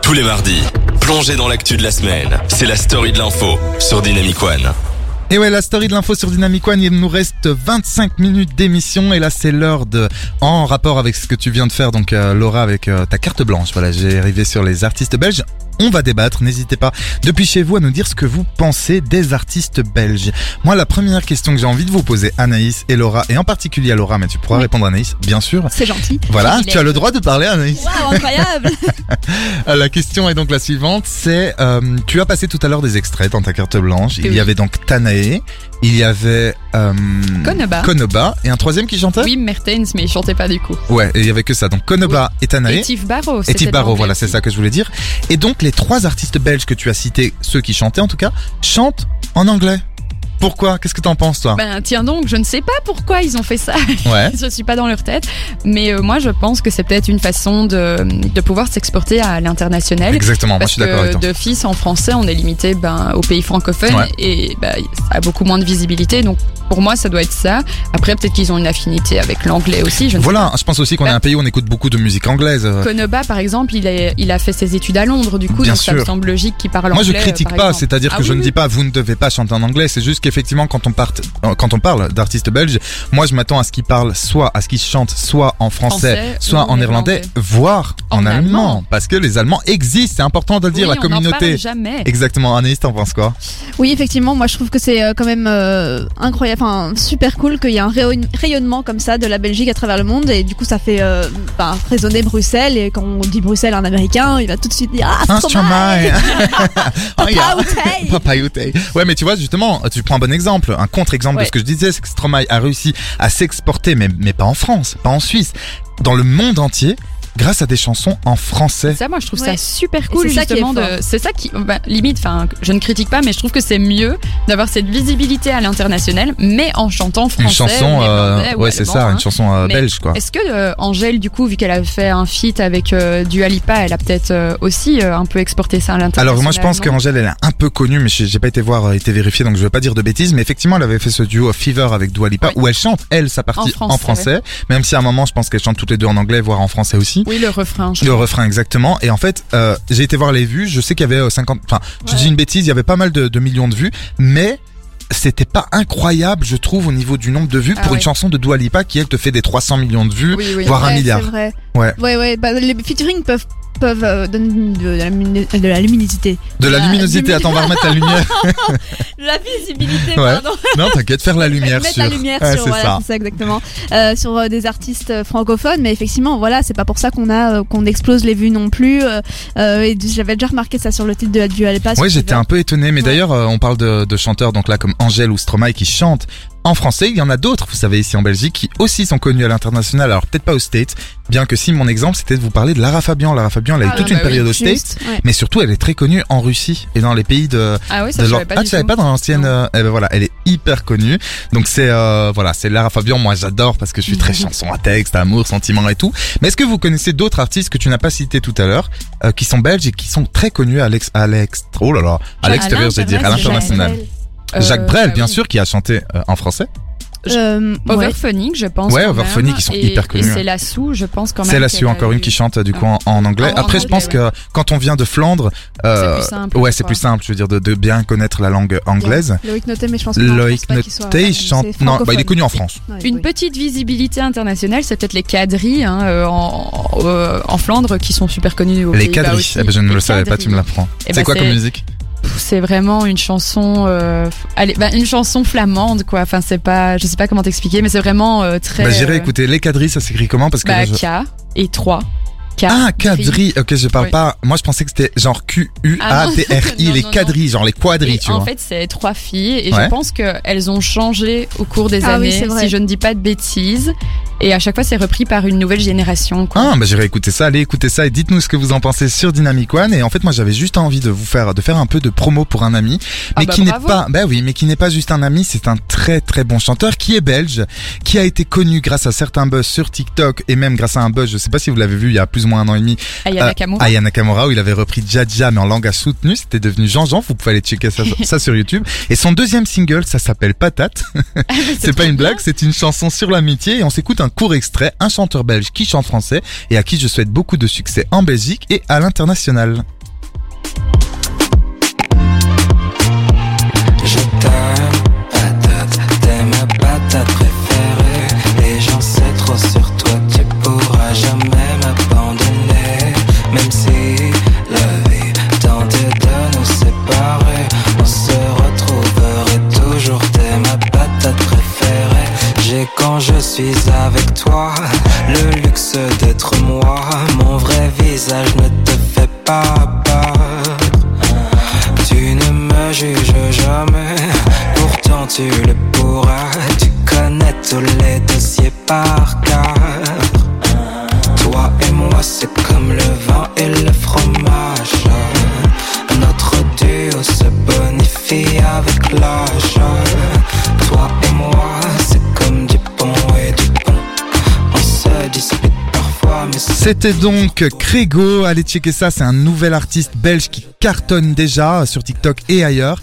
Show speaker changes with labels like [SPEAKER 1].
[SPEAKER 1] tous les mardis. Plongez dans l'actu de la semaine. C'est la story de l'info sur Dynamic One.
[SPEAKER 2] Et ouais, la story de l'info sur Dynamic One, il nous reste 25 minutes d'émission et là c'est l'heure de, en rapport avec ce que tu viens de faire, donc euh, Laura avec euh, ta carte blanche, voilà, j'ai arrivé sur les artistes belges. On va débattre, n'hésitez pas depuis chez vous à nous dire ce que vous pensez des artistes belges. Moi, la première question que j'ai envie de vous poser, Anaïs et Laura, et en particulier à Laura, mais tu pourras répondre Anaïs, bien sûr.
[SPEAKER 3] C'est gentil.
[SPEAKER 2] Voilà,
[SPEAKER 3] Il est-
[SPEAKER 2] tu as le droit de parler Anaïs.
[SPEAKER 3] Waouh, incroyable.
[SPEAKER 2] Euh, La question est donc la suivante, c'est euh, tu as passé tout à l'heure des extraits dans ta carte blanche. Il
[SPEAKER 3] Oui.
[SPEAKER 2] y avait donc Tanae, il y avait euh,
[SPEAKER 3] Konoba.
[SPEAKER 2] Konoba, et un troisième qui chantait.
[SPEAKER 3] Wim Mertens, mais il chantait pas du coup.
[SPEAKER 2] Ouais, et il y avait que ça. Donc Konoba et Tanae.
[SPEAKER 3] Et Tiff Barrow.
[SPEAKER 2] Et
[SPEAKER 3] c'était
[SPEAKER 2] Tip Barrow,
[SPEAKER 3] l'anglais
[SPEAKER 2] voilà,
[SPEAKER 3] aussi.
[SPEAKER 2] c'est ça que je voulais dire. Et donc les trois artistes belges que tu as cités, ceux qui chantaient en tout cas, chantent en anglais. Pourquoi Qu'est-ce que t'en penses toi
[SPEAKER 3] Ben tiens donc, je ne sais pas pourquoi ils ont fait ça.
[SPEAKER 2] Ouais.
[SPEAKER 3] je suis pas dans leur tête, mais euh, moi je pense que c'est peut-être une façon de, de pouvoir s'exporter à l'international.
[SPEAKER 2] Exactement, moi je
[SPEAKER 3] Parce
[SPEAKER 2] suis d'accord avec
[SPEAKER 3] que
[SPEAKER 2] toi.
[SPEAKER 3] de fils en français, on est limité ben, aux pays francophones
[SPEAKER 2] Ouais.
[SPEAKER 3] et ben, ça a beaucoup moins de visibilité. Donc pour moi, ça doit être ça. Après, peut-être qu'ils ont une affinité avec l'anglais aussi. Je ne sais
[SPEAKER 2] Voilà, je pense aussi qu'on est
[SPEAKER 3] Ben-
[SPEAKER 2] un pays où on écoute beaucoup de musique anglaise. euh,
[SPEAKER 3] pas. Konoba, par exemple, il, est- il a fait ses études à Londres, du coup,
[SPEAKER 2] Bien
[SPEAKER 3] donc ça me
[SPEAKER 2] sûr.
[SPEAKER 3] semble logique qu'il parle
[SPEAKER 2] Moi, je
[SPEAKER 3] anglais.
[SPEAKER 2] critique
[SPEAKER 3] euh, par
[SPEAKER 2] pas,
[SPEAKER 3] exemple.
[SPEAKER 2] c'est-à-dire
[SPEAKER 3] Ah
[SPEAKER 2] que
[SPEAKER 3] oui,
[SPEAKER 2] je ne
[SPEAKER 3] oui.
[SPEAKER 2] dis pas vous ne devez pas chanter en anglais. C'est juste qu'effectivement, quand on part, euh, quand on parle d'artistes belges, moi, je m'attends à ce qu'ils parlent soit à ce qu'ils chantent soit en français,
[SPEAKER 3] Français
[SPEAKER 2] soit
[SPEAKER 3] ou
[SPEAKER 2] en irlandais,
[SPEAKER 3] néerlandais.
[SPEAKER 2] voire en,
[SPEAKER 3] En
[SPEAKER 2] allemand.
[SPEAKER 3] allemand.
[SPEAKER 2] parce que les Allemands existent. C'est important de le dire.
[SPEAKER 3] Oui,
[SPEAKER 2] la
[SPEAKER 3] on n'en parle
[SPEAKER 2] communauté.
[SPEAKER 3] jamais.
[SPEAKER 2] Exactement. Anaïs, t'en penses quoi
[SPEAKER 4] Oui, effectivement, moi je trouve que c'est euh, quand même euh, incroyable, enfin super cool qu'il y ait un rayon- rayonnement comme ça de la Belgique à travers le monde et du coup ça fait euh, bah, résonner Bruxelles et quand on dit Bruxelles à un Américain, il va tout de suite dire ah
[SPEAKER 2] Stromae. Oh, il y a-
[SPEAKER 4] Papa Outey.
[SPEAKER 2] Papa Youtey. Ouais, mais tu vois, justement, tu prends un bon exemple, un contre-exemple de
[SPEAKER 3] Ouais.
[SPEAKER 2] ce que je disais, c'est que Stromae a réussi à s'exporter, mais, mais pas en France, pas en Suisse, dans le monde entier, grâce à des chansons en français.
[SPEAKER 3] Ça, moi, je trouve ça
[SPEAKER 4] Ouais.
[SPEAKER 3] super
[SPEAKER 4] Et
[SPEAKER 3] cool,
[SPEAKER 4] c'est ça qui est
[SPEAKER 3] justement. de-
[SPEAKER 4] fort.
[SPEAKER 3] C'est ça qui, bah, limite, enfin, je ne critique pas, mais je trouve que c'est mieux d'avoir cette visibilité à l'international, mais en chantant français.
[SPEAKER 2] Une chanson,
[SPEAKER 3] ou
[SPEAKER 2] euh,
[SPEAKER 3] néerlandais, ou
[SPEAKER 2] ouais, c'est
[SPEAKER 3] allemand,
[SPEAKER 2] ça,
[SPEAKER 3] hein.
[SPEAKER 2] une chanson euh,
[SPEAKER 3] Mais-
[SPEAKER 2] belge, quoi.
[SPEAKER 3] Est-ce que euh, Angèle, du coup, vu qu'elle a fait un feat avec euh, Dua Lipa, elle a peut-être euh, aussi euh, un peu exporté ça à l'international
[SPEAKER 2] Alors moi je pense
[SPEAKER 3] non
[SPEAKER 2] qu'Angèle elle est un peu connue mais j'ai j'ai pas été voir, euh, été vérifié donc je vais pas dire de bêtises mais effectivement elle avait fait ce duo Fever avec Dua Lipa
[SPEAKER 3] Ouais.
[SPEAKER 2] où elle chante elle sa partie en français,
[SPEAKER 3] français,
[SPEAKER 2] même si à un moment je pense qu'elle chante toutes les deux en anglais voire en français aussi.
[SPEAKER 3] Oui, le refrain. je
[SPEAKER 2] Le refrain exactement et en fait euh, j'ai été voir les vues, je sais qu'il y avait euh, 50 enfin je
[SPEAKER 3] Ouais.
[SPEAKER 2] dis une bêtise, il y avait pas mal de, de millions de vues mais c'était pas incroyable je trouve au niveau du nombre de vues
[SPEAKER 3] Ah
[SPEAKER 2] pour
[SPEAKER 3] ouais.
[SPEAKER 2] une chanson de Dua Lipa qui elle te fait des 300 millions de vues
[SPEAKER 3] crois. Oui, oui.
[SPEAKER 2] voire un
[SPEAKER 4] Ouais,
[SPEAKER 2] milliard.
[SPEAKER 4] c'est vrai.
[SPEAKER 2] Ouais.
[SPEAKER 4] Ouais ouais, bah, les featuring peuvent peuvent euh, donner de, la lumine- de la luminosité.
[SPEAKER 2] De la
[SPEAKER 4] Ah,
[SPEAKER 2] luminosité,
[SPEAKER 4] du-
[SPEAKER 2] attends, on va remettre la lumière.
[SPEAKER 4] La visibilité,
[SPEAKER 2] Ouais. Non, t'inquiète, faire la lumière
[SPEAKER 4] mettre
[SPEAKER 2] sur.
[SPEAKER 4] la lumière
[SPEAKER 2] Ouais,
[SPEAKER 4] sur
[SPEAKER 2] c'est
[SPEAKER 4] voilà,
[SPEAKER 2] ça.
[SPEAKER 4] c'est ça exactement Euh, sur euh, des artistes euh, francophones mais effectivement voilà c'est pas pour ça qu'on a euh, qu'on explose les vues non plus euh, euh, et d- j'avais déjà remarqué ça sur le titre de la Dua Lipa sur
[SPEAKER 2] Ouais, j'étais
[SPEAKER 4] Fever.
[SPEAKER 2] un peu étonné, mais
[SPEAKER 4] Ouais.
[SPEAKER 2] d'ailleurs, euh, on parle de, de chanteurs, donc là, comme Angèle ou Stromae qui chantent en français. Il y en a d'autres, vous savez, ici en Belgique, qui aussi sont connus à l'international. Alors, peut-être pas aux States, bien que si mon exemple, c'était de vous parler de Lara Fabian. Lara Fabian, elle a eu
[SPEAKER 3] Ah,
[SPEAKER 2] toute
[SPEAKER 3] bah
[SPEAKER 2] une
[SPEAKER 3] oui,
[SPEAKER 2] période aux
[SPEAKER 4] Juste,
[SPEAKER 2] States,
[SPEAKER 4] ouais.
[SPEAKER 2] mais surtout, elle est très connue en Russie et dans les pays de.
[SPEAKER 3] Ah oui, ça
[SPEAKER 2] de
[SPEAKER 3] je
[SPEAKER 2] l'an-
[SPEAKER 3] savais pas
[SPEAKER 2] ah,
[SPEAKER 3] du
[SPEAKER 2] tu savais
[SPEAKER 3] tout.
[SPEAKER 2] pas dans l'ancienne.
[SPEAKER 3] Non.
[SPEAKER 2] euh, eh ben voilà, elle est hyper connue. Donc, c'est euh, voilà, c'est Lara Fabian. Moi, j'adore parce que je suis très chanson à texte, amour, sentiment et tout. Mais est-ce que vous connaissez d'autres artistes que tu n'as pas cités tout à l'heure, euh, qui sont belges et qui sont très connus à l'ex, à l'ex- oh là là, à
[SPEAKER 3] À
[SPEAKER 2] l'extérieur, j'ai dire, à
[SPEAKER 3] l'international.
[SPEAKER 2] l'international.
[SPEAKER 3] Euh,
[SPEAKER 2] Jacques Brel,
[SPEAKER 3] bah
[SPEAKER 2] bien
[SPEAKER 3] oui.
[SPEAKER 2] sûr, qui a chanté euh, en français.
[SPEAKER 4] Euh, ouais.
[SPEAKER 3] Overphonic, je pense.
[SPEAKER 2] Ouais,
[SPEAKER 3] quand même.
[SPEAKER 2] Overphonic, ils sont
[SPEAKER 3] Et-
[SPEAKER 2] hyper connus,
[SPEAKER 3] Et
[SPEAKER 2] ouais.
[SPEAKER 3] c'est Lassou, je pense quand même.
[SPEAKER 2] C'est là-dessus
[SPEAKER 3] qu'elle a
[SPEAKER 2] encore une
[SPEAKER 3] eu-
[SPEAKER 2] qui chante euh, du coup
[SPEAKER 3] Ah.
[SPEAKER 2] en, en anglais.
[SPEAKER 3] En- en
[SPEAKER 2] Après, je
[SPEAKER 3] anglais,
[SPEAKER 2] pense que quand on vient de Flandre, euh,
[SPEAKER 3] plus simple,
[SPEAKER 2] ouais,
[SPEAKER 3] je
[SPEAKER 2] c'est
[SPEAKER 3] crois.
[SPEAKER 2] plus simple. Je veux dire de, de bien connaître la langue anglaise.
[SPEAKER 4] Loïc Noté mais je pense que non, je pense
[SPEAKER 2] Loïc
[SPEAKER 4] pas qu'il soit-
[SPEAKER 2] Noté, il
[SPEAKER 4] c'est
[SPEAKER 2] chante. Non, bah, il est
[SPEAKER 4] francophone.
[SPEAKER 2] connu en France.
[SPEAKER 4] Ouais,
[SPEAKER 3] Une
[SPEAKER 4] oui.
[SPEAKER 3] petite visibilité internationale, c'est peut-être les quadrilles hein, euh, en, euh, en Flandre qui sont super connus aux
[SPEAKER 2] Les
[SPEAKER 3] Pays-Bas
[SPEAKER 2] quadrilles.
[SPEAKER 3] aussi.
[SPEAKER 2] Eh ben, je ne
[SPEAKER 3] Les
[SPEAKER 2] le savais pas, tu me
[SPEAKER 3] quadrilles.
[SPEAKER 2] l'apprends.
[SPEAKER 3] Eh
[SPEAKER 2] c'est
[SPEAKER 3] ben,
[SPEAKER 2] quoi comme
[SPEAKER 3] c'est-
[SPEAKER 2] musique
[SPEAKER 3] Pff, C'est vraiment une chanson, euh, f- allez, bah, une chanson flamande quoi. Enfin, c'est pas, je sais pas comment t'expliquer, mais c'est vraiment euh, très.
[SPEAKER 2] bah, J'irai
[SPEAKER 3] euh,
[SPEAKER 2] écouter Les Quadrilles, ça s'écrit comment Parce que là,
[SPEAKER 3] bah,
[SPEAKER 2] je-
[SPEAKER 3] K et 3 K.
[SPEAKER 2] Ah, quadrilles. Ok, je parle
[SPEAKER 3] Oui.
[SPEAKER 2] pas. Moi, je pensais que c'était genre
[SPEAKER 3] Ah,
[SPEAKER 2] Q-U-A-D-R-I,
[SPEAKER 3] non.
[SPEAKER 2] les
[SPEAKER 3] Non, non,
[SPEAKER 2] quadrilles, genre les quadrilles,
[SPEAKER 3] Et
[SPEAKER 2] tu
[SPEAKER 3] en
[SPEAKER 2] vois.
[SPEAKER 3] fait, c'est trois filles et
[SPEAKER 2] Ouais.
[SPEAKER 3] je pense qu'elles ont changé au cours des
[SPEAKER 4] Ah oui,
[SPEAKER 3] années,
[SPEAKER 4] c'est vrai.
[SPEAKER 3] si je ne dis pas de bêtises. Et à chaque fois, c'est repris par une nouvelle génération. Quoi.
[SPEAKER 2] Ah, bah j'irai écouter ça, allez écouter ça et dites-nous ce que vous en pensez sur Dynamic One. Et en fait, moi j'avais juste envie de vous faire, de faire un peu de promo pour un ami,
[SPEAKER 3] Ah
[SPEAKER 2] mais
[SPEAKER 3] bah,
[SPEAKER 2] qui n'est
[SPEAKER 3] bravo.
[SPEAKER 2] pas, bah oui, mais qui n'est pas juste un ami, c'est un très très bon chanteur qui est belge, qui a été connu grâce à certains buzz sur TikTok et même grâce à un buzz, je sais pas si vous l'avez vu il y a plus ou moins un an et demi,
[SPEAKER 3] Aya
[SPEAKER 2] euh,
[SPEAKER 3] Nakamura.
[SPEAKER 2] Aya Nakamura où il avait repris Jaja mais en langage soutenu, c'était devenu Jean-Jean, vous pouvez aller checker ça, ça sur YouTube. Et son deuxième single, ça s'appelle Patate. C'est pas une blague, c'est une chanson sur l'amitié et on s'écoute un court extrait, un chanteur belge qui chante français et à qui je souhaite beaucoup de succès en Belgique et à l'international.
[SPEAKER 5] pas à battre. Tu ne me juges jamais, pourtant tu le pourras. Tu connais tous les dossiers par cœur. Toi et moi, c'est comme le vin et le fromage. Notre duo se bonifie avec l'âge. Toi et moi, c'est comme du bon et du bon. On se dispute parfois, mais c'est
[SPEAKER 2] C'était donc Crégo, allez checker ça, c'est un nouvel artiste belge qui cartonne déjà sur TikTok et ailleurs.